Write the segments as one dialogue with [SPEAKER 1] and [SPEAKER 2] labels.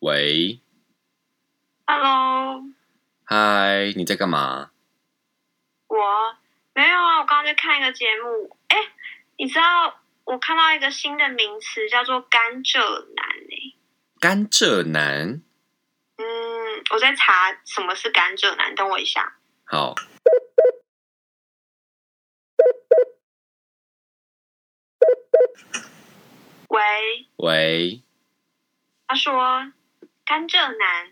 [SPEAKER 1] 喂，
[SPEAKER 2] Hello，
[SPEAKER 1] 嗨，你在干嘛？
[SPEAKER 2] 我没有啊，我刚刚在看一个节目，哎，你知道我看到一个新的名词叫做甘蔗男诶、
[SPEAKER 1] 甘蔗男，
[SPEAKER 2] 嗯，我在查什么是甘蔗男，等我一下。
[SPEAKER 1] 好，
[SPEAKER 2] 喂，
[SPEAKER 1] 喂，
[SPEAKER 2] 他说甘蔗男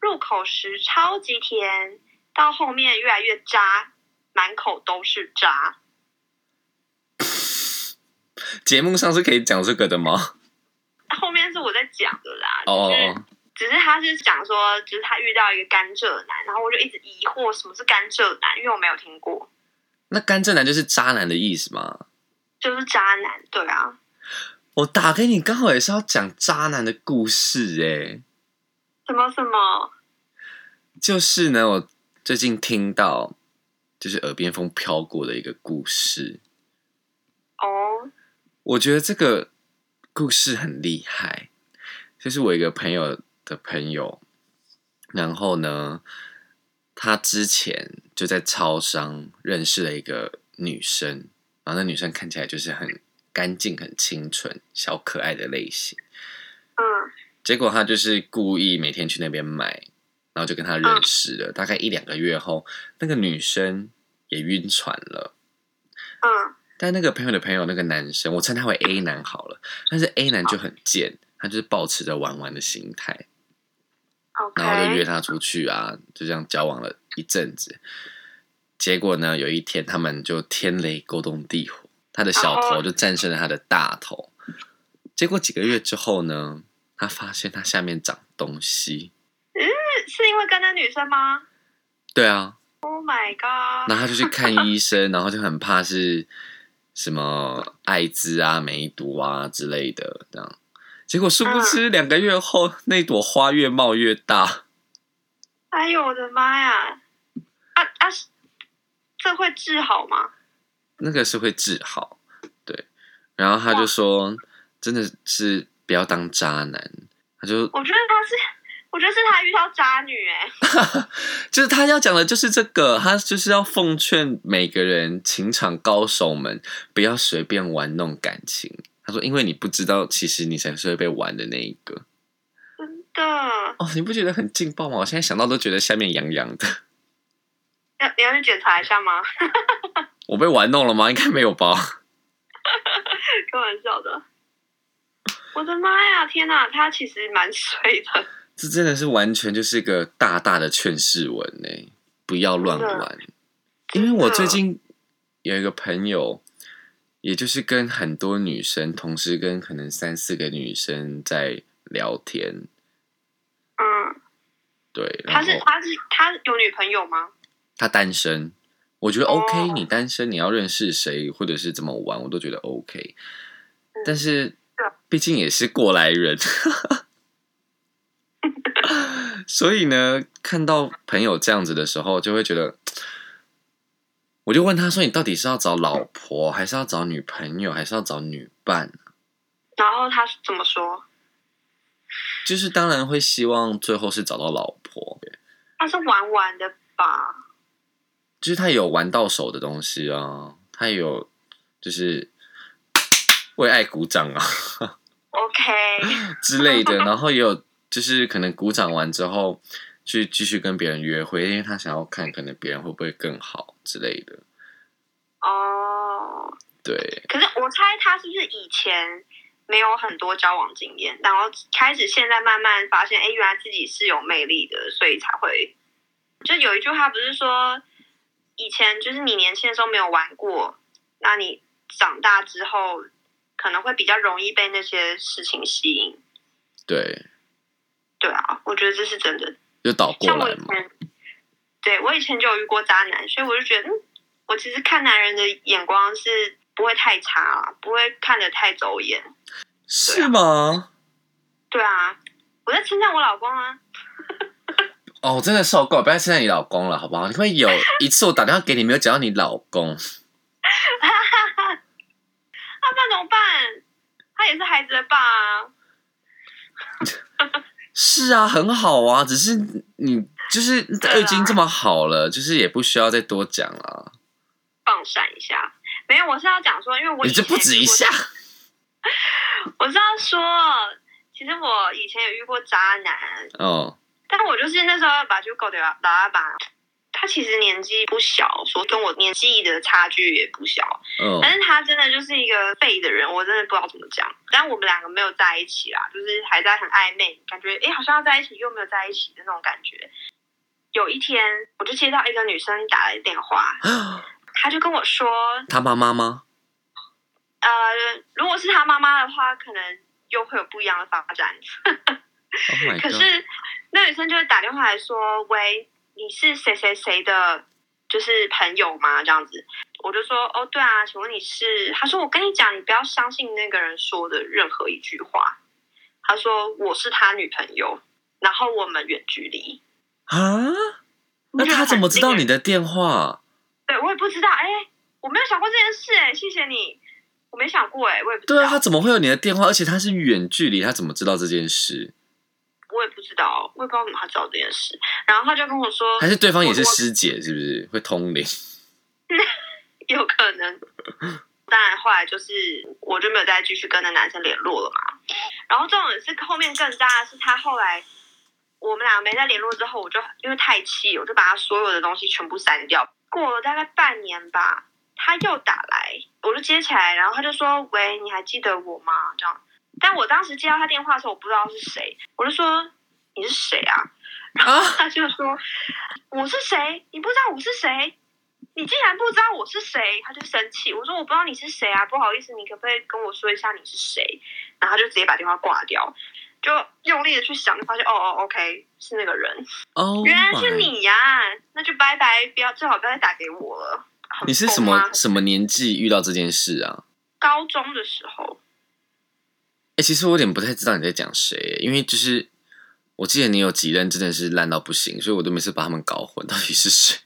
[SPEAKER 2] 入口时超级甜，到后面越来越渣，满口都是渣。
[SPEAKER 1] 节目上是可以讲这个的吗？
[SPEAKER 2] 后面是我在讲的啦，
[SPEAKER 1] 哦哦
[SPEAKER 2] 就是
[SPEAKER 1] 哦，
[SPEAKER 2] 只是他是讲说，就是他遇到一个甘蔗男，然后我就一直疑惑什么是甘蔗男，因为我没有听过，
[SPEAKER 1] 那甘蔗男就是渣男的意思吗？
[SPEAKER 2] 就是渣男，对啊，
[SPEAKER 1] 我打给你刚好也是要讲渣男的故事诶、
[SPEAKER 2] 什么什么，
[SPEAKER 1] 就是呢，我最近听到就是耳边风飘过的一个故事，
[SPEAKER 2] 哦，
[SPEAKER 1] 我觉得这个故事很厉害，就是我一个朋友的朋友，然后呢，他之前就在超商认识了一个女生，然后那女生看起来就是很干净、很清纯、小可爱的类型。
[SPEAKER 2] 嗯
[SPEAKER 1] 结果他就是故意每天去那边买，然后就跟他认识了。大概一两个月后，那个女生也晕船了。
[SPEAKER 2] 嗯，
[SPEAKER 1] 但那个朋友的朋友，那个男生，我称他为 A 男好了。但是 A 男就很贱，他就是保持着玩玩的心态，
[SPEAKER 2] ，OK，
[SPEAKER 1] 然后就约她出去啊，就这样交往了一阵子。结果呢，有一天他们就天雷勾动地火，他的小
[SPEAKER 2] 然
[SPEAKER 1] 头
[SPEAKER 2] 后
[SPEAKER 1] 就战胜了他的大头。结果几个月之后呢，他发现他下面长东西。
[SPEAKER 2] 是是因为跟那女生吗
[SPEAKER 1] 对啊，
[SPEAKER 2] ？Oh my god，
[SPEAKER 1] 然后他就去看医生，然后就很怕是什么艾滋啊、梅毒啊之类的这样。结果殊不知，两个月后那朵花越冒越大，
[SPEAKER 2] 哎呦我的妈呀，啊啊，是这会治好吗？
[SPEAKER 1] 那个是会治好，对。然后他就说，真的是不要当渣男。他就
[SPEAKER 2] 我觉得他是，我觉得是他遇到渣女、欸，哎，
[SPEAKER 1] 就是他要讲的就是这个，他就是要奉劝每个人情场高手们不要随便玩弄感情。他说，因为你不知道，其实你才是会被玩的那一个。
[SPEAKER 2] 真的，
[SPEAKER 1] 哦，你不觉得很劲爆吗？我现在想到都觉得下面痒痒的。
[SPEAKER 2] 要你要去检查一下吗？
[SPEAKER 1] 我被玩弄了吗？应该没有吧？
[SPEAKER 2] 开玩笑的。我的妈呀！天哪，他其实蛮 衰的。
[SPEAKER 1] 这真的是完全就是个大大的劝世文呢、不要乱玩。因为我最近有一个朋友，也就是跟很多女生，同时跟可能三四个女生在聊天，
[SPEAKER 2] 嗯，
[SPEAKER 1] 对，然
[SPEAKER 2] 他
[SPEAKER 1] 后
[SPEAKER 2] 是他是他有女朋友吗？
[SPEAKER 1] 他单身，我觉得 OK，、
[SPEAKER 2] 哦
[SPEAKER 1] 你单身你要认识谁或者是怎么玩，我都觉得 OK
[SPEAKER 2] 嗯。
[SPEAKER 1] 但是
[SPEAKER 2] 对
[SPEAKER 1] 毕竟也是过来人， 所以呢，看到朋友这样子的时候，就会觉得，我就问他说：“你到底是要找老婆，还是要找女朋友，还是要找女伴？”啊
[SPEAKER 2] 然后他怎么说？
[SPEAKER 1] 就是当然会希望最后是找到老婆，
[SPEAKER 2] 他是玩玩的吧？
[SPEAKER 1] 就是他有玩到手的东西啊，他也有就是为爱鼓掌啊
[SPEAKER 2] OK，
[SPEAKER 1] 之类 的，然后也有就是可能鼓掌完之后去继续跟别人约会，因为他想要看可能别人会不会更好之类的。
[SPEAKER 2] 哦，
[SPEAKER 1] 对，
[SPEAKER 2] 可是我猜他是不是以前没有很多交往经验，然后开始现在慢慢发现，哎，原来自己是有魅力的，所以才会。就有一句话不是说，以前就是你年轻的时候没有玩过，那你长大之后可能会比较容易被那些事情吸引。
[SPEAKER 1] 对，
[SPEAKER 2] 对啊，我觉得这是真的。
[SPEAKER 1] 就倒过
[SPEAKER 2] 像我啊
[SPEAKER 1] 来
[SPEAKER 2] 以
[SPEAKER 1] 嘛。
[SPEAKER 2] 前，对我以前就有遇过渣男，所以我就觉得，嗯，我其实看男人的眼光是不会太差啊，不会看得太走眼。
[SPEAKER 1] 是吗？
[SPEAKER 2] 对啊，我在称赞我老公啊，
[SPEAKER 1] 哦，真的受够了，不要称赞你老公了，好不好？因为有一次我打电话给你，没有讲到你老公，
[SPEAKER 2] 他、啊、不然怎么办？他也是孩子的爸啊，
[SPEAKER 1] 是啊，很好啊，只是你就是
[SPEAKER 2] 对啊
[SPEAKER 1] 都已经这么好了，就是也不需要再多讲了。啊
[SPEAKER 2] 放闪一下。没有，我是要讲说，因为我
[SPEAKER 1] 你
[SPEAKER 2] 以
[SPEAKER 1] 这
[SPEAKER 2] 前
[SPEAKER 1] 不止一下，
[SPEAKER 2] 遇过，我是要说，其实我以前有遇过渣男，
[SPEAKER 1] 哦，
[SPEAKER 2] 但我就是那时候把就狗的老阿爸，他其实年纪不小，说跟我年纪的差距也不小，
[SPEAKER 1] 嗯
[SPEAKER 2] 但是他真的就是一个废的人，我真的不知道怎么讲。但我们两个没有在一起啦，就是还在很暧昧，感觉诶好像要在一起又没有在一起的那种感觉。有一天，我就接到一个女生打来电话，她就跟我说，
[SPEAKER 1] 他妈妈吗？
[SPEAKER 2] 呃，如果是他妈妈的话，可能又会有不一样的发展。
[SPEAKER 1] Oh my
[SPEAKER 2] 可
[SPEAKER 1] god！
[SPEAKER 2] 是那女生就会打电话来说：“喂，你是谁谁谁的，就是朋友吗？”这样子，我就说：“哦，对啊，请问你是？”她说：“我跟你讲，你不要相信那个人说的任何一句话。”她说：“我是他女朋友，然后我们远距离。”
[SPEAKER 1] 啊，那他怎么知道你的电话？
[SPEAKER 2] 对我也不知道，哎、我没有想过这件事、哎，谢谢你，我没想过、哎，我也不知道，
[SPEAKER 1] 对啊，他怎么会有你的电话？而且他是远距离，他怎么知道这件事？
[SPEAKER 2] 我也不知道，我也不知道怎么他知道这件事。然后他就跟我说，
[SPEAKER 1] 还是对方也是
[SPEAKER 2] 我我
[SPEAKER 1] 师姐，是不是会通灵？
[SPEAKER 2] 有可能。当然，后来就是我就没有再继续跟那男生联络了嘛。然后这种是后面更大的是，他后来我们俩没再联络之后，我就因为太气，我就把他所有的东西全部删掉。过了大概半年吧，他又打来，我就接起来，然后他就说：“喂，你还记得我吗？”这样。但我当时接到他电话的时候，我不知道是谁，我就说：“你是谁啊？”
[SPEAKER 1] 啊，
[SPEAKER 2] 他就说：“我是谁？你不知道我是谁？你竟然不知道我是谁？”他就生气。我说：“我不知道你是谁啊，不好意思，你可不可以跟我说一下你是谁？”然后他就直接把电话挂掉，就用力的去想，就发现哦哦，OK，是那个人，
[SPEAKER 1] 哦，
[SPEAKER 2] 原来是！你呀、那就拜拜，不要最好不要再打给我了。很
[SPEAKER 1] 你是什
[SPEAKER 2] 疯吗
[SPEAKER 1] 么什么年纪遇到这件事啊？
[SPEAKER 2] 高中的时候，
[SPEAKER 1] 哎、其实我有点不太知道你在讲谁耶，因为就是我记得你有几任真的是烂到不行，所以我都每次把他们搞混，到底是谁？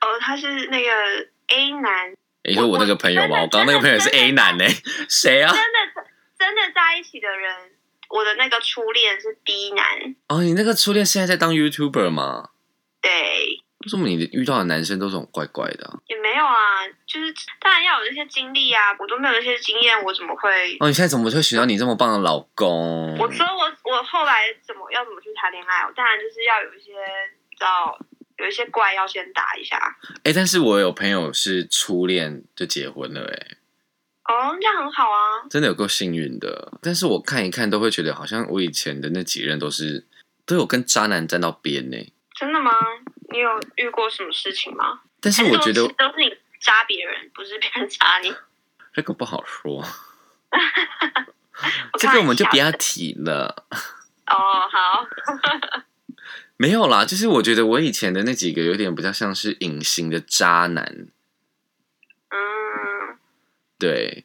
[SPEAKER 2] 呃，他是那个 A 男，
[SPEAKER 1] 你、哎说我那个朋友吗？
[SPEAKER 2] 我
[SPEAKER 1] 我刚刚那个朋友是
[SPEAKER 2] 真的
[SPEAKER 1] A 男呢、 谁啊
[SPEAKER 2] 真？的真的在一起的人，我的那个初恋是 B 男，
[SPEAKER 1] 哦，你那个初恋现在在当 YouTuber 吗？
[SPEAKER 2] 对。
[SPEAKER 1] 为什么你遇到的男生都是很怪怪的啊、
[SPEAKER 2] 也没有啊，就是当然要有那些经历啊，我都没有那些经验，我怎么会？
[SPEAKER 1] 哦，你现在怎么会选到你这么棒的老公？
[SPEAKER 2] 我说我我后来怎么要怎么去谈恋爱？我当然就是要有一些，你知道有一些怪要先打一下。
[SPEAKER 1] 哎、但是我有朋友是初恋就结婚了、哎，
[SPEAKER 2] 哦，这样很好啊。
[SPEAKER 1] 真的有够幸运的。但是我看一看都会觉得，好像我以前的那几任都是都有跟渣男沾到边呢、
[SPEAKER 2] 真的吗？你有遇过什么事情吗？
[SPEAKER 1] 但是我觉得
[SPEAKER 2] 哎还是都是都是你扎别人，不是别人扎你。
[SPEAKER 1] 这个不好说，
[SPEAKER 2] 我
[SPEAKER 1] 这
[SPEAKER 2] 开
[SPEAKER 1] 个
[SPEAKER 2] 玩
[SPEAKER 1] 我们就
[SPEAKER 2] 笑
[SPEAKER 1] 不
[SPEAKER 2] 的
[SPEAKER 1] 要提了。
[SPEAKER 2] 哦，好，
[SPEAKER 1] 没有啦，就是我觉得我以前的那几个有点比较像是隐形的渣男，
[SPEAKER 2] 嗯，
[SPEAKER 1] 对。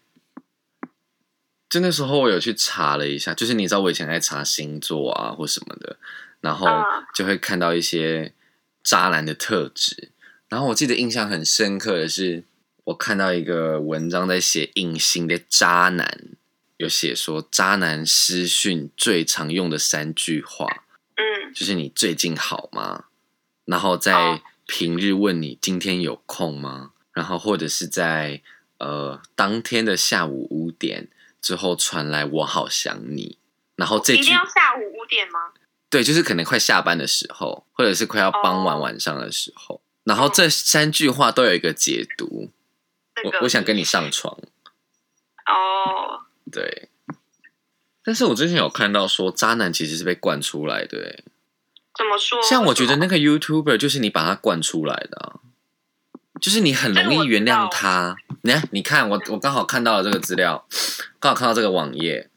[SPEAKER 1] 就那时候我有去查了一下，就是你知道我以前爱查星座啊或什么的，然后
[SPEAKER 2] 嗯
[SPEAKER 1] 就会看到一些渣男的特质。然后我记得印象很深刻的是，我看到一个文章在写隐形的渣男，有写说渣男私讯最常用的三句话。
[SPEAKER 2] 嗯，
[SPEAKER 1] 就是你最近好吗？然后在
[SPEAKER 2] 哦
[SPEAKER 1] 平日问你今天有空吗？然后或者是在呃当天的下午五点之后传来我好想你，然后这
[SPEAKER 2] 一
[SPEAKER 1] 句
[SPEAKER 2] 定要下午五点吗？
[SPEAKER 1] 对，就是可能快下班的时候，或者是快要傍晚
[SPEAKER 2] 哦
[SPEAKER 1] 晚上的时候，然后这三句话都有一个解读，
[SPEAKER 2] 那个
[SPEAKER 1] 我我想跟你上床，
[SPEAKER 2] 哦，
[SPEAKER 1] 对。但是我之前有看到说，渣男其实是被惯出来的、欸，
[SPEAKER 2] 怎么说？
[SPEAKER 1] 像我
[SPEAKER 2] 为什
[SPEAKER 1] 觉得
[SPEAKER 2] 么
[SPEAKER 1] 那个 YouTuber 就是你把他惯出来的啊、就是你很容易原谅他。你看，你看，我我刚好看到了这个资料，刚好看到这个网页，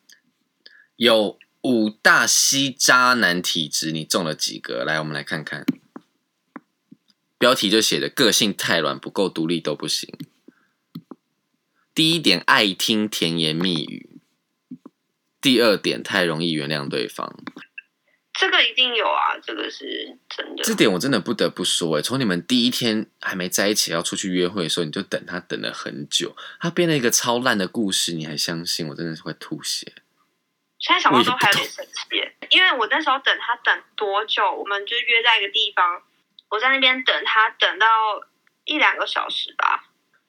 [SPEAKER 1] 有五大西渣男体质，你中了几个？来，我们来看看，标题就写的个性太软，不够独立都不行。第一点，爱听甜言蜜语；第二点，太容易原谅对方。
[SPEAKER 2] 这个一定有啊，这个是真的。
[SPEAKER 1] 这点我真的不得不说、欸，从你们第一天还没在一起要出去约会的时候，你就等他等了很久，他编了一个超烂的故事，你还相信？我真的是会吐血。
[SPEAKER 2] 现在想到都还有点生气耶。因为我那时候等他等多久，我们就约在一个地方，我在那边等他，等到一两个小时吧。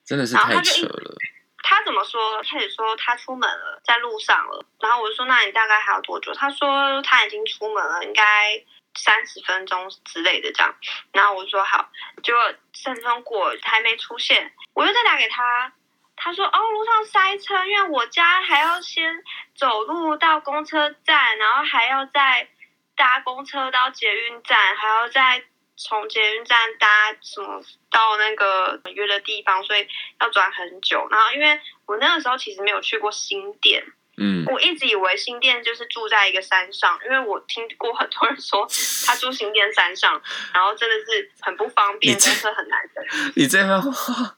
[SPEAKER 1] 真的是
[SPEAKER 2] 然后
[SPEAKER 1] 太
[SPEAKER 2] 他就
[SPEAKER 1] 扯
[SPEAKER 2] 一
[SPEAKER 1] 了。
[SPEAKER 2] 他怎么说？开始说他出门了，在路上了。然后我就说：“那你大概还有多久？”他说：“他已经出门了，应该三十分钟之类的这样。”然后我说：“好。”结果三十分钟过了还没出现，我又再打给他。他说：“哦，路上塞车，因为我家还要先走路到公车站，然后还要再搭公车到捷运站，还要再从捷运站搭什么到那个约的地方，所以要转很久。然后因为我那个时候其实没有去过新店，
[SPEAKER 1] 嗯，
[SPEAKER 2] 我一直以为新店就是住在一个山上，因为我听过很多人说他住新店山上，然后真的是很不方便，
[SPEAKER 1] 你这
[SPEAKER 2] 公车很难等。
[SPEAKER 1] 你这番话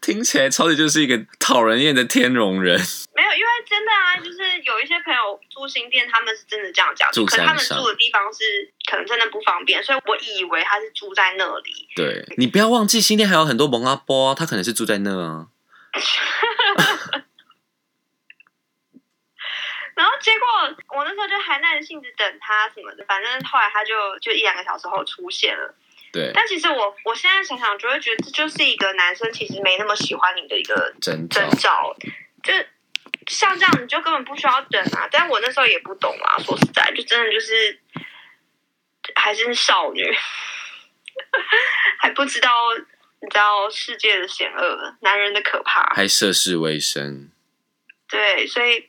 [SPEAKER 1] 听起来超级就是一个讨人厌的天龙人。
[SPEAKER 2] 没有，因为真的啊，就是有一些朋友住新店，他们是真的这样讲，
[SPEAKER 1] 住
[SPEAKER 2] 可是他们
[SPEAKER 1] 山上
[SPEAKER 2] 住的地方是可能真的不方便，所以我以为他是住在那里。
[SPEAKER 1] 对你不要忘记，新店还有很多蒙阿波啊，他可能是住在那啊。
[SPEAKER 2] 然后结果我那时候就还耐着性子等他什么的，反正后来他就就一两个小时后出现了。
[SPEAKER 1] 对，
[SPEAKER 2] 但其实我我现在想想，就会觉得这就是一个男生其实没那么喜欢你的一个
[SPEAKER 1] 真的
[SPEAKER 2] 征兆，就像这样你就根本不需要等啊。但我那时候也不懂啊，说实在，就真的就是还是少女，还不知道你知道世界的险恶，男人的可怕。
[SPEAKER 1] 还涉世未深。
[SPEAKER 2] 对，所以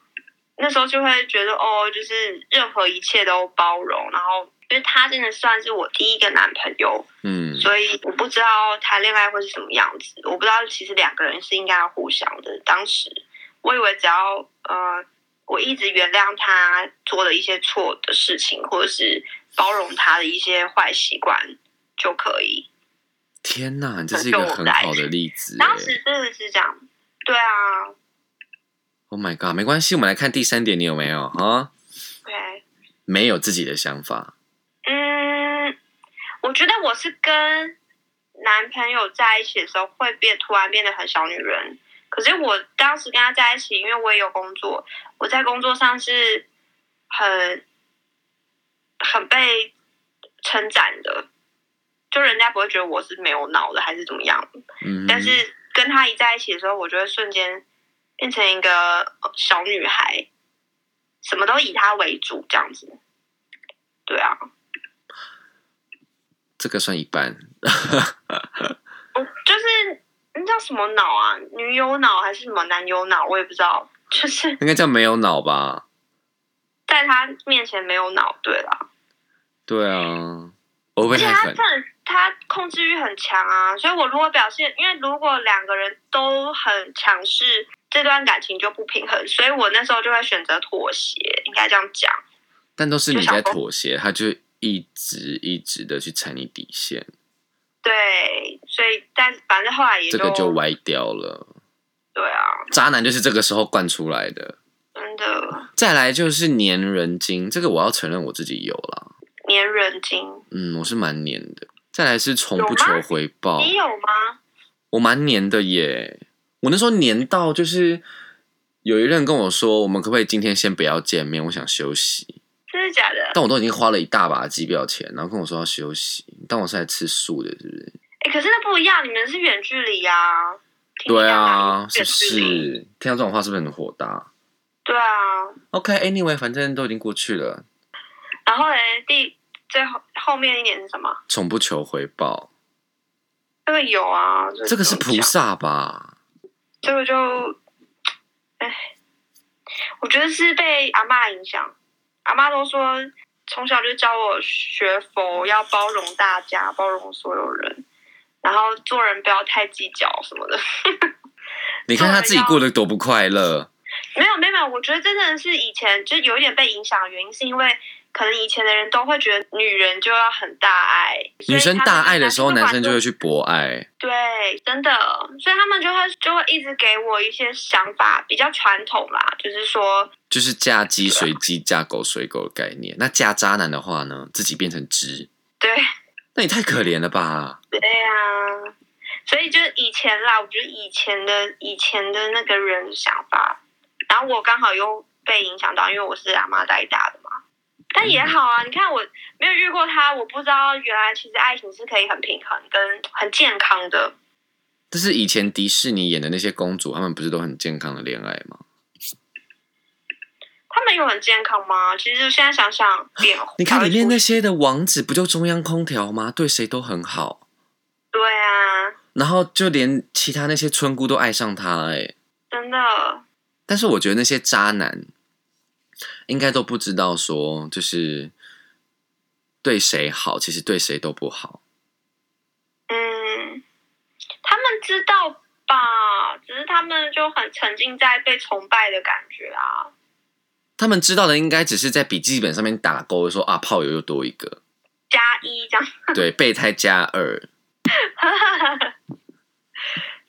[SPEAKER 2] 那时候就会觉得哦，就是任何一切都包容，然后因为他真的算是我第一个男朋友，
[SPEAKER 1] 嗯，
[SPEAKER 2] 所以我不知道谈恋爱会是什么样子，我不知道其实两个人是应该要互相的。当时我以为只要呃，我一直原谅他做的一些错的事情，或者是包容他的一些坏习惯就可以。
[SPEAKER 1] 天哪，你这是一个很好的例子欸
[SPEAKER 2] 当
[SPEAKER 1] 耶。
[SPEAKER 2] 时真的是这样，对啊
[SPEAKER 1] Oh my god，没关系，我们来看第三点，你有没有啊？
[SPEAKER 2] ，OK。
[SPEAKER 1] 没有自己的想法，
[SPEAKER 2] 嗯，我觉得我是跟男朋友在一起的时候会变，突然变得很小女人。可是我当时跟他在一起，因为我也有工作，我在工作上是很很被称赞的，就人家不会觉得我是没有脑的还是怎么样。
[SPEAKER 1] 嗯哼，
[SPEAKER 2] 但是跟他一在一起的时候，我就会瞬间变成一个呃小女孩，什么都以他为主这样子。对啊，
[SPEAKER 1] 这个算一半，
[SPEAKER 2] 我就是那叫什么脑啊，女友脑还是什么男友脑，我也不知道。就是
[SPEAKER 1] 应该叫没有脑吧？
[SPEAKER 2] 在他面前没有脑，对啦，
[SPEAKER 1] 对啊，我会不会
[SPEAKER 2] 而且
[SPEAKER 1] 太
[SPEAKER 2] 他
[SPEAKER 1] 狠
[SPEAKER 2] 真？的他控制欲很强啊，所以我如果表现，因为如果两个人都很强势，这段感情就不平衡，所以我那时候就会选择妥协，应该这样讲。
[SPEAKER 1] 但都是你在妥协，他就一直一直的去踩你底线，
[SPEAKER 2] 对，所以但反正后来也
[SPEAKER 1] 这
[SPEAKER 2] 就
[SPEAKER 1] 个就歪掉了。
[SPEAKER 2] 对啊，
[SPEAKER 1] 渣男就是这个时候惯出来的。
[SPEAKER 2] 真的
[SPEAKER 1] 再来就是粘人精，这个我要承认我自己有啦。
[SPEAKER 2] 粘人精，
[SPEAKER 1] 嗯，我是蛮粘的。再来是从不
[SPEAKER 2] 有吗
[SPEAKER 1] 求回报，
[SPEAKER 2] 你有吗？
[SPEAKER 1] 我蛮黏的耶。我那时候黏到就是有一任跟我说，我们可不可以今天先不要见面？我想休息。
[SPEAKER 2] 真的假的？
[SPEAKER 1] 但我都已经花了一大把的机票钱，然后跟我说要休息，但我是来吃素的，是不是？
[SPEAKER 2] 哎，可是那不一样，你们是远距离啊。听你
[SPEAKER 1] 对
[SPEAKER 2] 讲
[SPEAKER 1] 啊
[SPEAKER 2] 法，
[SPEAKER 1] 是不是
[SPEAKER 2] 远距离？？
[SPEAKER 1] 听到这种话是不是很火大
[SPEAKER 2] 对啊，
[SPEAKER 1] ？OK，Anyway，、反正都已经过去了，
[SPEAKER 2] 然后嘞，第最后后面一点是什么？
[SPEAKER 1] 从不求回报，
[SPEAKER 2] 这个有啊，
[SPEAKER 1] 这个是
[SPEAKER 2] 怎么
[SPEAKER 1] 菩
[SPEAKER 2] 讲，
[SPEAKER 1] 萨吧？
[SPEAKER 2] 这个就，哎，我觉得是被阿妈影响，阿妈都说从小就教我学佛，要包容大家，包容所有人，然后做人不要太计较什么的。
[SPEAKER 1] 你看他自己
[SPEAKER 2] 啊
[SPEAKER 1] 过得多不快乐。
[SPEAKER 2] 没有没有没有，我觉得真的是以前就有一点被影响的原因，是因为可能以前的人都会觉得女人就要很大爱，
[SPEAKER 1] 女生大爱的时候，
[SPEAKER 2] 所以
[SPEAKER 1] 男
[SPEAKER 2] 啊他
[SPEAKER 1] 生
[SPEAKER 2] 们
[SPEAKER 1] 就会去博爱。
[SPEAKER 2] 对，真的，所以他们就会就会一直给我一些想法，比较传统啦，就是说，
[SPEAKER 1] 就是嫁鸡
[SPEAKER 2] 啊
[SPEAKER 1] 随鸡，嫁狗随狗的概念。那嫁渣男的话呢，自己变成鸡，
[SPEAKER 2] 对
[SPEAKER 1] 那也太可怜了吧？
[SPEAKER 2] 对呀、所以就是以前啦，我觉得以前的以前的那个人想法，然后我刚好又被影响到，因为我是阿妈带大的嘛，但也好啊，你看我没有遇过他，我不知道原来其实爱情是可以很平衡跟很健康的。
[SPEAKER 1] 但是以前迪士尼演的那些公主，她们不是都很健康的恋爱吗？
[SPEAKER 2] 他们有很健康吗？其实现在想想，脸
[SPEAKER 1] 你看里面那
[SPEAKER 2] 的
[SPEAKER 1] 些的王子，不就中央空调吗？对谁都很好，
[SPEAKER 2] 对啊，
[SPEAKER 1] 然后就连其他那些村姑都爱上他了、欸。
[SPEAKER 2] 真的
[SPEAKER 1] 但是我觉得那些渣男应该都不知道说，就是对谁好，其实对谁都不好。
[SPEAKER 2] 嗯，他们知道吧？只是他们就很沉浸在被崇拜的感觉啊。
[SPEAKER 1] 他们知道的应该只是在笔记本上面打勾说啊，炮友又多一个，
[SPEAKER 2] 加一这样，
[SPEAKER 1] 对，备胎加二。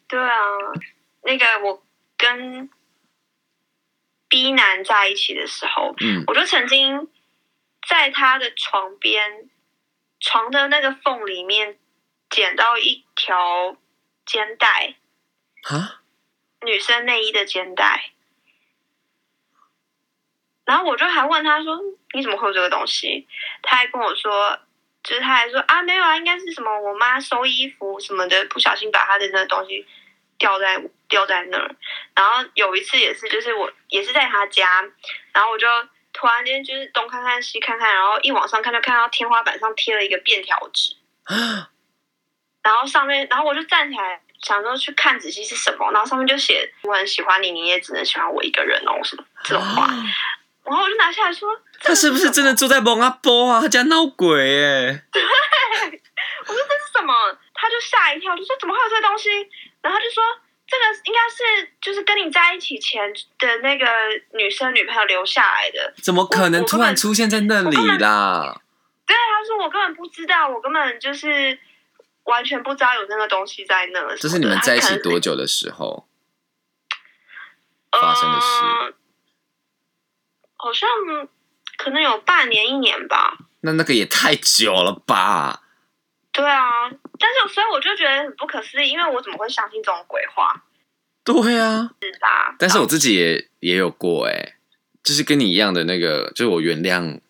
[SPEAKER 2] 对啊，那个我跟 B 男在一起的时候，
[SPEAKER 1] 嗯，
[SPEAKER 2] 我就曾经在他的床边，床的那个缝里面捡到一条肩带，
[SPEAKER 1] 哈，
[SPEAKER 2] 女生内衣的肩带。然后我就还问他说：“你怎么会有这个东西？”他还跟我说，就是他还说啊，没有啊，应该是什么我妈收衣服什么的，不小心把她的那个东西掉在掉在那儿。然后有一次也是，就是我也是在他家，然后我就突然间就是东看看西看看，然后一往上看就看到天花板上贴了一个便条 纸，然后上面，然后我就站起来想说去看仔细是什么，然后上面就写我很喜欢你，你也只能喜欢我一个人哦，什么这种话。然后我就拿下来说，
[SPEAKER 1] 啊他是不是真的住在蒙阿波啊？他家闹鬼哎、
[SPEAKER 2] 我说这是什么？他就吓一跳，就说怎么会有这个东西？然后他就说这个应该是就是跟你在一起前的那个女生女朋友留下来的。
[SPEAKER 1] 怎么可能
[SPEAKER 2] 我我根
[SPEAKER 1] 突
[SPEAKER 2] 本
[SPEAKER 1] 然出现在那里啦？
[SPEAKER 2] 对，啊他说我根本不知道，我根本就是完全不知道有那个东西在那。
[SPEAKER 1] 这是你们在一起多
[SPEAKER 2] 久
[SPEAKER 1] 久的时候？发生的事
[SPEAKER 2] 呃好像可能有半年一年吧。
[SPEAKER 1] 那那个也太久了吧？
[SPEAKER 2] 对啊，但是所以我就觉得很不可思议，因为我怎么会相信这种鬼话？
[SPEAKER 1] 对啊，
[SPEAKER 2] 是吧？
[SPEAKER 1] 但是我自己也也有过哎、就是跟你一样的那个，就是我原谅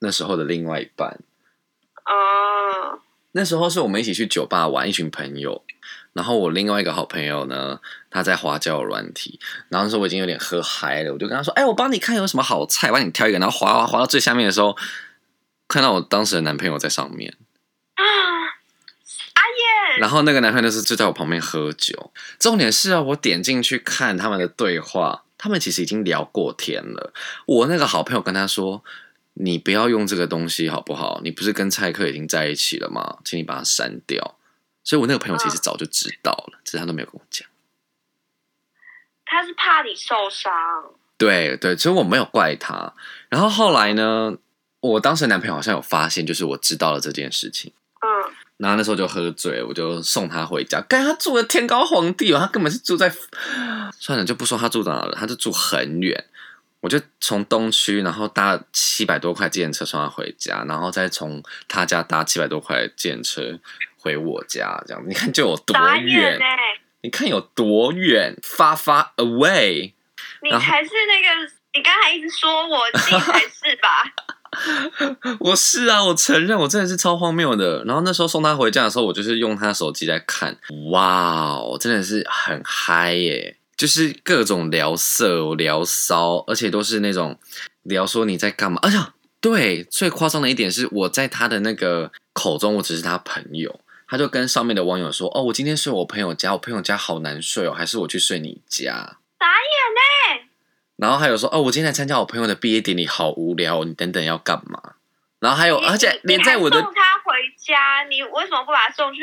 [SPEAKER 1] 那时候的另外一半。
[SPEAKER 2] 嗯
[SPEAKER 1] 那时候是我们一起去酒吧玩，一群朋友。然后我另外一个好朋友呢，他在花椒软体，然后那时候我已经有点喝嗨了，我就跟他说：“哎、我帮你看有什么好菜，我帮你挑一个。”然后滑滑滑到最下面的时候，看到我当时的男朋友在上面，
[SPEAKER 2] 啊，阿燕，
[SPEAKER 1] 然后那个男朋友那时候就在我旁边喝酒。重点是啊，我点进去看他们的对话，他们其实已经聊过天了。我那个好朋友跟他说：“你不要用这个东西好不好？你不是跟蔡克已经在一起了吗？请你把它删掉。”所以，我那个朋友其实早就知道了，只是他都没有跟我讲。
[SPEAKER 2] 他是怕你受伤。
[SPEAKER 1] 对对，所以我没有怪他。然后后来呢，我当时的男朋友好像有发现，就是我知道了这件事情。
[SPEAKER 2] 嗯，
[SPEAKER 1] 然后那时候就喝醉，我就送他回家。但他住的天高皇帝哦，他根本是住在……算了，就不说他住哪了，他就住很远。我就从东区，然后搭七百多块计程车送他回家，然后再从他家搭七百多块计程车回我家，这样你看就有多
[SPEAKER 2] 傻眼欸
[SPEAKER 1] 远
[SPEAKER 2] 呢、，
[SPEAKER 1] 你看有多远，发发 away。
[SPEAKER 2] 你
[SPEAKER 1] 然后
[SPEAKER 2] 才是那个，你刚才一直说我，你才是吧？
[SPEAKER 1] 我是啊，我承认我真的是超荒谬的。然后那时候送他回家的时候，我就是用他手机在看，哇哦，真的是很嗨耶！就是各种聊色、聊骚，而且都是那种聊说你在干嘛。而且对最夸张的一点是，我在他的那个口中，我只是他朋友。他就跟上面的网友说：“哦，我今天睡我朋友家，我朋友家好难睡哦，还是我去睡你家。”
[SPEAKER 2] 傻
[SPEAKER 1] 眼
[SPEAKER 2] 呢
[SPEAKER 1] 然后还有说：“哦，我今天来参加我朋友的毕业典礼，好无聊、哦，你等等要干嘛？”然后还有，
[SPEAKER 2] 你
[SPEAKER 1] 哦而且
[SPEAKER 2] 哎你
[SPEAKER 1] 连在我
[SPEAKER 2] 你还
[SPEAKER 1] 的
[SPEAKER 2] 送他回家，你为什么不把他送去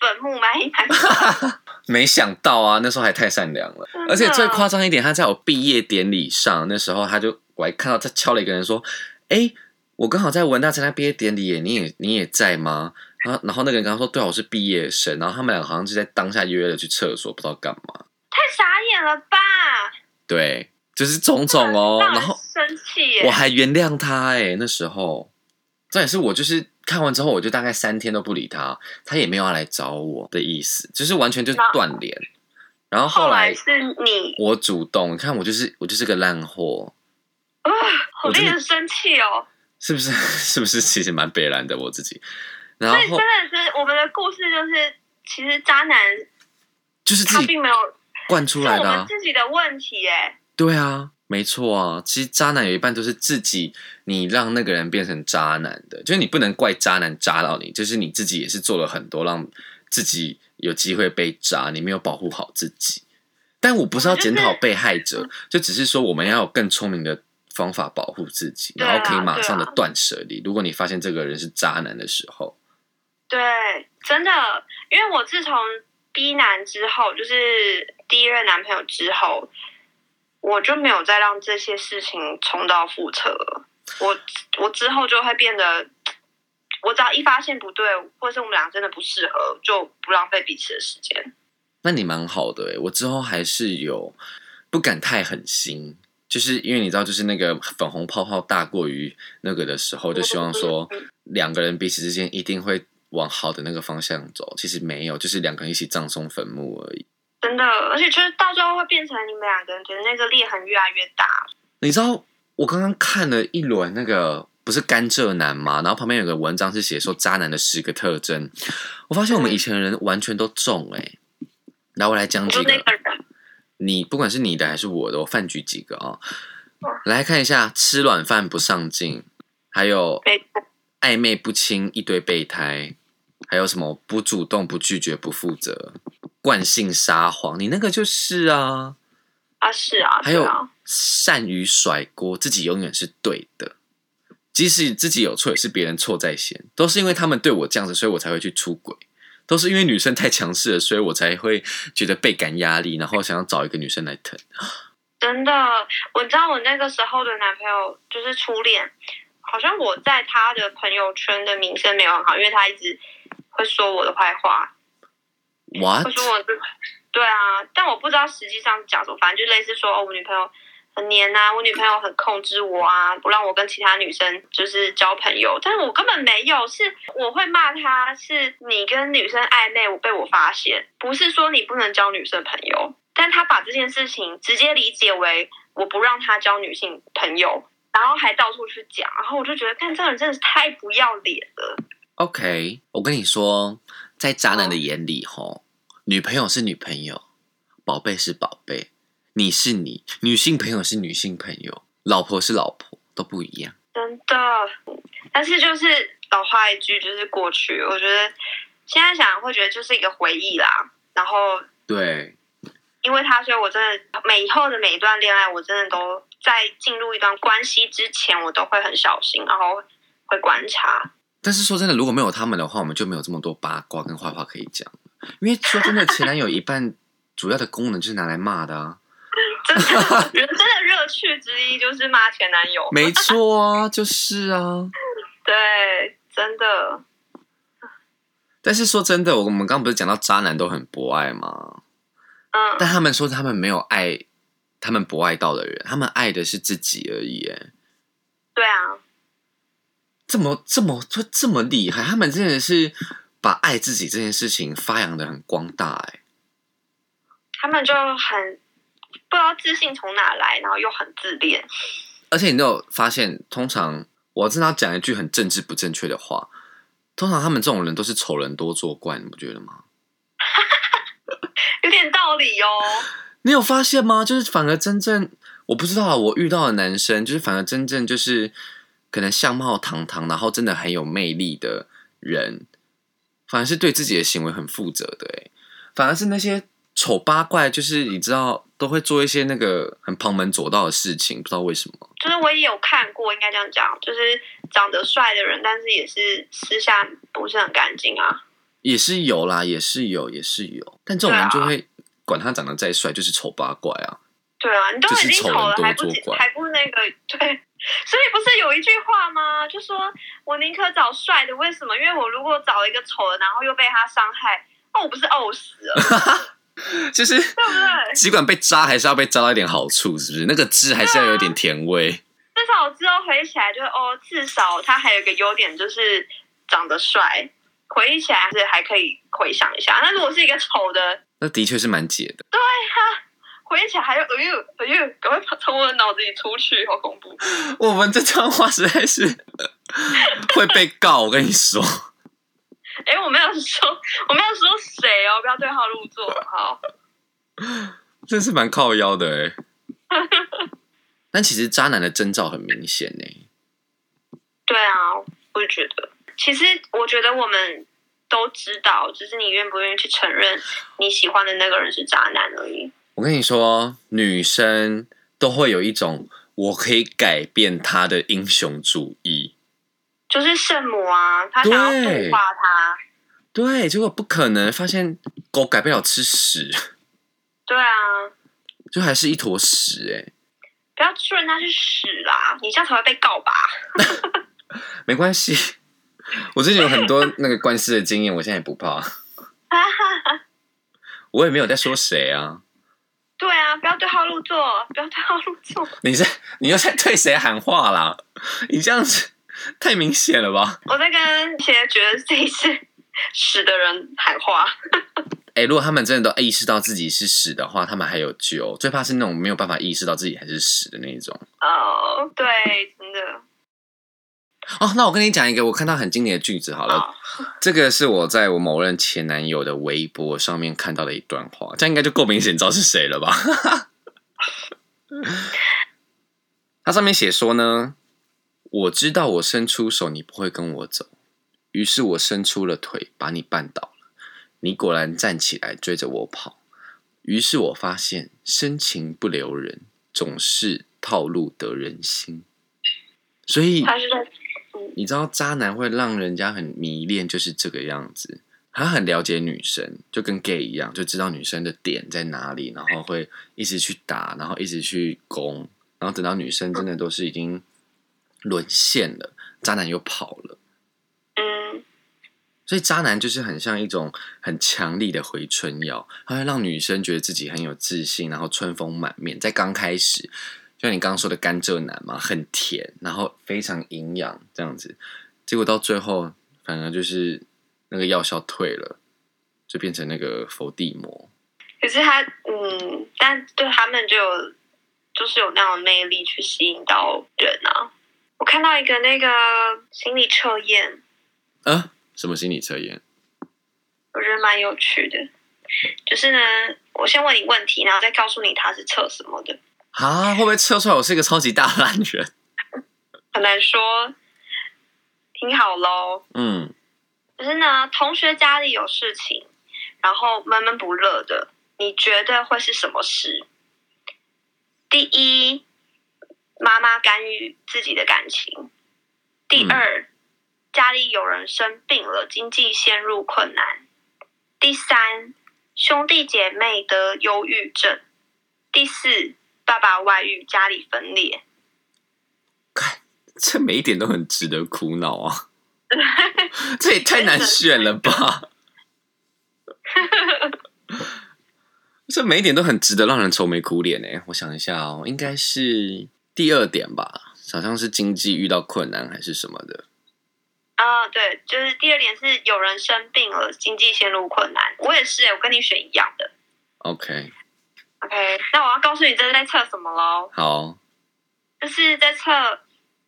[SPEAKER 2] 坟墓埋一埋？
[SPEAKER 1] 没想到啊，那时候还太善良了。
[SPEAKER 2] 真的
[SPEAKER 1] 而且最夸张一点，他在我毕业典礼上，那时候他就我还看到他敲了一个人说：“哎，我刚好在文大参加毕业典礼耶，你也你也在吗？”然后然后那个人跟他说：“对啊，我是毕业生。”然后他们两个好像是在当下约了去厕所，不知道干嘛。
[SPEAKER 2] 太傻眼了吧！
[SPEAKER 1] 对，就是种种哦。
[SPEAKER 2] 让
[SPEAKER 1] 然
[SPEAKER 2] 人
[SPEAKER 1] 后
[SPEAKER 2] 生气耶、
[SPEAKER 1] 我还原谅他哎、那时候，这也是我就是看完之后，我就大概三天都不理他，他也没有要来找我的意思，就是完全就是
[SPEAKER 2] 那
[SPEAKER 1] 断联。然后
[SPEAKER 2] 啊后
[SPEAKER 1] 后
[SPEAKER 2] 来
[SPEAKER 1] 来
[SPEAKER 2] 是你，
[SPEAKER 1] 我主动，你看我就是我就是个烂货，
[SPEAKER 2] 啊，好
[SPEAKER 1] 我真
[SPEAKER 2] 令
[SPEAKER 1] 的
[SPEAKER 2] 人生气哦！
[SPEAKER 1] 是不 是？是不是其实蛮北然的我自己？然
[SPEAKER 2] 所以
[SPEAKER 1] 后
[SPEAKER 2] 真的是我们的故事就是，其实渣男
[SPEAKER 1] 就是自
[SPEAKER 2] 他
[SPEAKER 1] 己
[SPEAKER 2] 并没有
[SPEAKER 1] 惯出
[SPEAKER 2] 是
[SPEAKER 1] 来
[SPEAKER 2] 我
[SPEAKER 1] 的、
[SPEAKER 2] 们
[SPEAKER 1] 啊，
[SPEAKER 2] 自己的问题哎、
[SPEAKER 1] 对啊，没错啊。其实渣男有一半都是自己，你让那个人变成渣男的，就是你不能怪渣男渣到你，就是你自己也是做了很多让自己有机会被渣，你没有保护好自己。但我不是要检讨被害者，就只是说我们要有更聪明的方法保护自己，
[SPEAKER 2] 对啊
[SPEAKER 1] 然后可以马上的
[SPEAKER 2] 对
[SPEAKER 1] 断舍离。如果你发现这个人是渣男的时候，
[SPEAKER 2] 对，真的，因为我自从 B 男之后，就是第一任男朋友之后，我就没有再让这些事情重蹈覆辙了。我我之后就会变得，我只要一发现不对，或是我们俩真的不适合，就不浪费彼此的时间。
[SPEAKER 1] 那你蛮好的诶、欸我之后还是有不敢太狠心，就是因为你知道，就是那个粉红泡泡大过于那个的时候，就希望说
[SPEAKER 2] 嗯
[SPEAKER 1] 两个人彼此之间一定会往好的那个方向走。其实没有，就是两个人一起葬送坟墓而已。
[SPEAKER 2] 真的，而且就是到最后会变成你们两个人的那个裂痕越来越大。
[SPEAKER 1] 你知道我刚刚看了一轮那个不是甘蔗男嘛，然后旁边有个文章是写说渣男的十个特征，我发现我们以前的人完全都中诶、然后我来讲
[SPEAKER 2] 你
[SPEAKER 1] 嗯几
[SPEAKER 2] 说
[SPEAKER 1] 个，
[SPEAKER 2] 那个人，
[SPEAKER 1] 你不管是你的还是我的，我饭局几个啊、来看一下，吃软饭不上进，还有
[SPEAKER 2] 没错
[SPEAKER 1] 暧昧不清，一堆备胎，还有什么不主动、不拒绝、不负责，惯性撒谎，你那个就是啊，
[SPEAKER 2] 啊，是啊，
[SPEAKER 1] 还有
[SPEAKER 2] 对啊
[SPEAKER 1] 善于甩锅，自己永远是对的，即使自己有错，也是别人错在先，都是因为他们对我这样子，所以我才会去出轨。都是因为女生太强势了，所以我才会觉得倍感压力，然后想要找一个女生来疼。
[SPEAKER 2] 真的，我知道我那个时候的男朋友就是初恋，好像我在他的朋友圈的名声没有很好，因为他一直会说我的坏话，
[SPEAKER 1] What？
[SPEAKER 2] 会说我的，对啊，但我不知道实际上是讲什么，反正就类似说哦，我女朋友很黏啊，我女朋友很控制我啊，不让我跟其他女生就是交朋友，但是我根本没有，是我会骂他，是你跟女生暧昧，我被我发现，不是说你不能交女生朋友，但他把这件事情直接理解为我不让他交女性朋友。然后还到处去讲，然后我就觉得，看这个人真的是太不要脸了。
[SPEAKER 1] OK，我跟你说，在渣男的眼里，吼，女朋友是女朋友，宝贝是宝贝，你是你，女性朋友是女性朋友，老婆是老婆，都不一样。
[SPEAKER 2] 真的，但是就是老话一句，就是过去。我觉得现在想会觉得就是一个回忆啦。然后
[SPEAKER 1] 对，
[SPEAKER 2] 因为他，所以我真的每以后的每一段恋爱，我真的都在进入一段关系之前，我都会很小心，然后会观察。
[SPEAKER 1] 但是说真的，如果没有他们的话，我们就没有这么多八卦跟坏话可以讲。因为说真的，前男友一半主要的功能就是拿来骂的啊。
[SPEAKER 2] 真的，人生的乐趣之一就是骂前男友。
[SPEAKER 1] 没错啊，就是啊。
[SPEAKER 2] 对，真的，
[SPEAKER 1] 但是说真的，我们刚刚不是讲到渣男都很博爱吗？
[SPEAKER 2] 嗯，
[SPEAKER 1] 但他们说他们没有爱，他们不爱到的人，他们爱的是自己而已。哎，
[SPEAKER 2] 对啊，
[SPEAKER 1] 这么这么这这么厉害，他们真的是把爱自己这件事情发扬的很光大。哎，
[SPEAKER 2] 他们就很不知道自信从哪来，然后又很自恋。
[SPEAKER 1] 而且你都有发现，通常我真的要讲一句很政治不正确的话，通常他们这种人都是丑人多作怪，你不觉得吗？
[SPEAKER 2] 有点道理哦。
[SPEAKER 1] 你有发现吗？就是反而真正我不知道啊，我遇到的男生就是反而真正就是可能相貌堂堂，然后真的很有魅力的人，反而是对自己的行为很负责的、欸。反而是那些丑八怪，就是你知道都会做一些那个很旁门左道的事情，不知道为什么。
[SPEAKER 2] 就是我也有看过，应该这样讲，就是长得帅的人，但是也是私下不是很干净啊。
[SPEAKER 1] 也是有啦，也是有，也是有，但这种人
[SPEAKER 2] 对啊
[SPEAKER 1] 就会管他长得再帅，就是丑八怪啊。
[SPEAKER 2] 对啊，你都已经丑了，
[SPEAKER 1] 就是丑人
[SPEAKER 2] 还
[SPEAKER 1] 多
[SPEAKER 2] 不
[SPEAKER 1] 作怪
[SPEAKER 2] 还不那个对。所以不是有一句话吗？就说我宁可找帅的，为什么？因为我如果找一个丑的，然后又被他伤害，那、我不是呕死了，
[SPEAKER 1] 就是
[SPEAKER 2] 对不对？
[SPEAKER 1] 尽管被扎，还是要被扎到一点好处，是不是？那个汁还是要有一点甜味。
[SPEAKER 2] 至少我之后回忆起来就，是哦，至少他还有一个优点就是长得帅，回忆起来还是还可以回想一下。那如果是一个丑的，
[SPEAKER 1] 那的确是蛮解的。
[SPEAKER 2] 回回想起来还是哎呦哎呦，赶快从我的脑子里出去，好恐怖！
[SPEAKER 1] 我们这段话实在是会被告，我跟你说。
[SPEAKER 2] 哎，我没有说，我没有说谁哦，不要对号入座。好，
[SPEAKER 1] 真是蛮靠腰的哎、但其实渣男的征兆很明显欸呢、
[SPEAKER 2] 对啊，我也觉得，其实我觉得我们都知道，只是你愿不愿意去承认你喜欢的那个人是渣男而已。
[SPEAKER 1] 我跟你说，女生都会有一种我可以改变他的英雄主义，
[SPEAKER 2] 就是圣母啊，她想要
[SPEAKER 1] 对
[SPEAKER 2] 度化他。
[SPEAKER 1] 对，结果不可能，发现狗改不了吃屎，
[SPEAKER 2] 对啊，
[SPEAKER 1] 就还是一坨屎哎、
[SPEAKER 2] 不要说人家是屎啦，你这样才会被告吧？
[SPEAKER 1] 没关系， 我之前有很多那个官司的经验，我现在也不怕，我也没有在说谁啊。
[SPEAKER 2] 对啊，不要对号入座，不要对号入座。
[SPEAKER 1] 你在你又在对谁喊话啦？你这样子太明显了吧？
[SPEAKER 2] 我在跟一些觉得自己是屎的人喊话。
[SPEAKER 1] 哎、如果他们真的都意识到自己是屎的话，他们还有救。最怕是那种没有办法意识到自己还是屎的那一种。
[SPEAKER 2] 哦，对，真的。
[SPEAKER 1] 哦，那我跟你讲一个我看到很经典的句子好了，
[SPEAKER 2] 好
[SPEAKER 1] 这个是我在我某任前男友的微博上面看到的一段话，这样应该就够明显知道是谁了吧？ 他上面写说呢，我知道我伸出手你不会跟我走，于是我伸出了腿把你绊倒了，你果然站起来追着我跑，于是我发现深情不留人，总是套路得人心，所以
[SPEAKER 2] 他是在
[SPEAKER 1] 你知道渣男会让人家很迷恋，就是这个样子。他很了解女生，就跟 gay 一样，就知道女生的点在哪里，然后会一直去打，然后一直去攻，然后等到女生真的都是已经沦陷了，渣男又跑了。
[SPEAKER 2] 嗯，
[SPEAKER 1] 所以渣男就是很像一种很强力的回春药，它会让女生觉得自己很有自信，然后春风满面。在刚开始，就像你刚刚说的甘蔗男嘛，很甜，然后非常营养这样子。结果到最后，反而就是那个药效退了，就变成那个伏地魔。
[SPEAKER 2] 可是他嗯，但对他们就有就是有那种魅力去吸引到人啊。我看到一个那个心理测验，
[SPEAKER 1] 呃，什么心理测验？
[SPEAKER 2] 我觉得蛮有趣的。就是呢，我先问你问题，然后再告诉你他是测什么的，
[SPEAKER 1] 啊，会不会测出来我是一个超级大烂人？
[SPEAKER 2] 很难说。听好喽，
[SPEAKER 1] 嗯，
[SPEAKER 2] 可是呢，同学家里有事情，然后闷闷不乐的，你觉得会是什么事？第一，妈妈干预自己的感情；第二，家里有人生病了，经济陷入困难；第三，兄弟姐妹得忧郁症；第四，爸爸外遇，家里分裂。
[SPEAKER 1] 这每一点都很值得苦恼啊！这也太难选了吧！这每一点都很值得让人愁眉苦脸哎、我想一下哦，应该是第二点吧，好像是经济遇到困难还是什么的。
[SPEAKER 2] 啊、对，就是第二点是有人生病了，经济陷入困难。我也是、欸，我跟你选一样的。
[SPEAKER 1] OK，
[SPEAKER 2] OK，那我要告诉你这是在测什么喽？
[SPEAKER 1] 好，
[SPEAKER 2] 这是在测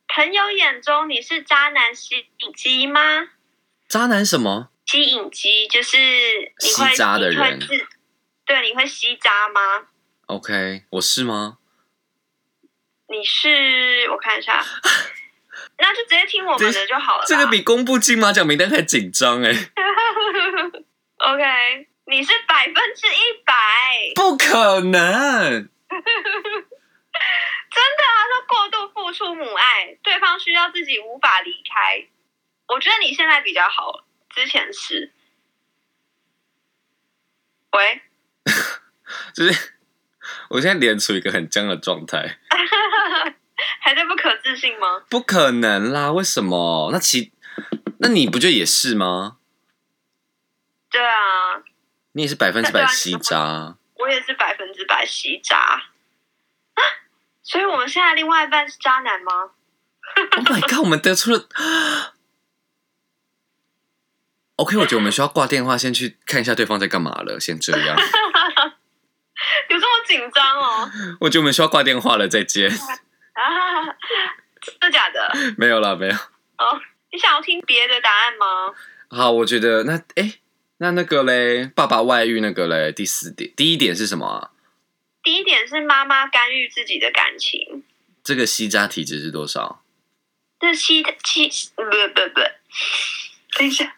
[SPEAKER 2] 朋友眼中你是渣男吸引机吗？
[SPEAKER 1] 渣男什么？
[SPEAKER 2] 吸引机就是你会
[SPEAKER 1] 吸渣的人
[SPEAKER 2] 你会自对，你会吸渣吗？
[SPEAKER 1] OK，我是吗？
[SPEAKER 2] 你是我看一 下，那就直接听我们的就好了吧。
[SPEAKER 1] 这个比公布金马奖名单还紧张哎！
[SPEAKER 2] OK，你是百分之一百，
[SPEAKER 1] 不可能，
[SPEAKER 2] 真的啊，他过度付出母爱，对方需要自己无法离开。我觉得你现在比较好，之前是。喂，
[SPEAKER 1] 就是我现在连处于一个很僵的状态。
[SPEAKER 2] 还在不可置信吗？
[SPEAKER 1] 不可能啦！为什么？那其那你不就也是吗？
[SPEAKER 2] 对啊，
[SPEAKER 1] 你也是百分之百吸渣，
[SPEAKER 2] 我也是百分之百吸渣啊！所以我们现在另外一半是渣男吗？
[SPEAKER 1] Oh my god！我们得出了。OK，我觉得我们需要挂电话，先去看一下对方在干嘛了，先这样。
[SPEAKER 2] 有这么紧紧张哦！
[SPEAKER 1] 我觉得我们需要挂电话了，再见。
[SPEAKER 2] 啊，真的假的？
[SPEAKER 1] 没有了，没有。
[SPEAKER 2] 哦，你想要听别的答案吗？
[SPEAKER 1] 好，我觉得那哎、那那个嘞，爸爸外遇那个嘞，第四点，第一点是什么啊？
[SPEAKER 2] 第一点是妈妈干预自己的感情，
[SPEAKER 1] 这个西渣体质是多少？
[SPEAKER 2] 这西西不不不，等一下，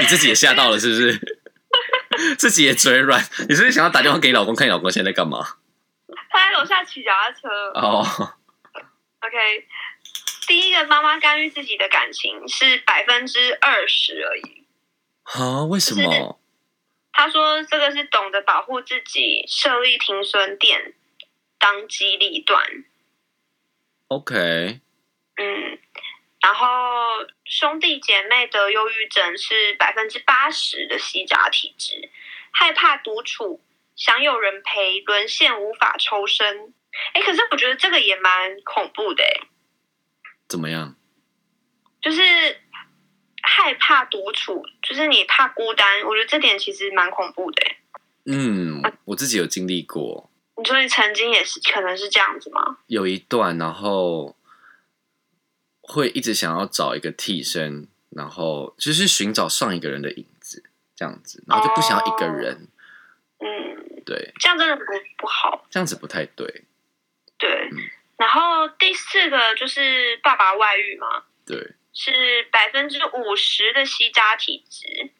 [SPEAKER 1] 你自己也吓到了是不是？ 自己也嘴软，你是不是想要打电话给你老公，看你老公现在在干嘛？
[SPEAKER 2] 他在楼下骑脚踏车。
[SPEAKER 1] 哦，
[SPEAKER 2] OK，第一个妈妈干预自己的感情是百分之二十而已。
[SPEAKER 1] 啊，为什么？
[SPEAKER 2] 他说这个是懂得保护自己，设立停损点当机立断。
[SPEAKER 1] OK，
[SPEAKER 2] 嗯，然后兄弟姐妹的忧郁症是百分之八十的吸渣体质，害怕独处，想有人陪，沦陷无法抽身。哎，可是我觉得这个也蛮恐怖的，诶
[SPEAKER 1] 怎么样？
[SPEAKER 2] 就是害怕独处，就是你怕孤单。我觉得这点其实蛮恐怖的。诶
[SPEAKER 1] 嗯，我自己有经历过
[SPEAKER 2] 你说你曾经也是可能是这样子吗？
[SPEAKER 1] 有一段，然后会一直想要找一个替身，然后就是寻找上一个人的影子，这样子，然后就不想要一个人，
[SPEAKER 2] 嗯，
[SPEAKER 1] 对，
[SPEAKER 2] 这样真的不不好。
[SPEAKER 1] 这样子不太对，
[SPEAKER 2] 对
[SPEAKER 1] 嗯，
[SPEAKER 2] 然后第四个就是爸爸外遇嘛。
[SPEAKER 1] 对，
[SPEAKER 2] 是百分之五十的吸渣体质，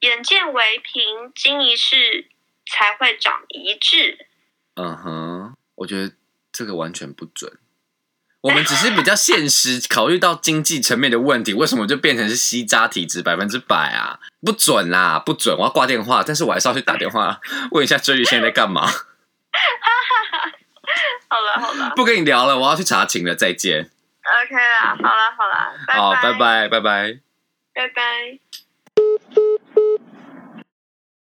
[SPEAKER 2] 眼见为凭，经一事才会长一智。
[SPEAKER 1] 嗯哼，我觉得这个完全不准。我们只是比较现实，考虑到经济层面的问题，为什么就变成是西渣体质百分之百啊？不准啦，不准！我要挂电话，但是我还是要去打电话问一下追宇现在在干嘛。
[SPEAKER 2] 好了好了
[SPEAKER 1] 不跟你聊了，我要去查寝了，再见。
[SPEAKER 2] ，OK 啦，好了好了，拜
[SPEAKER 1] 好，
[SPEAKER 2] 拜
[SPEAKER 1] 拜拜，拜拜。
[SPEAKER 2] 拜拜。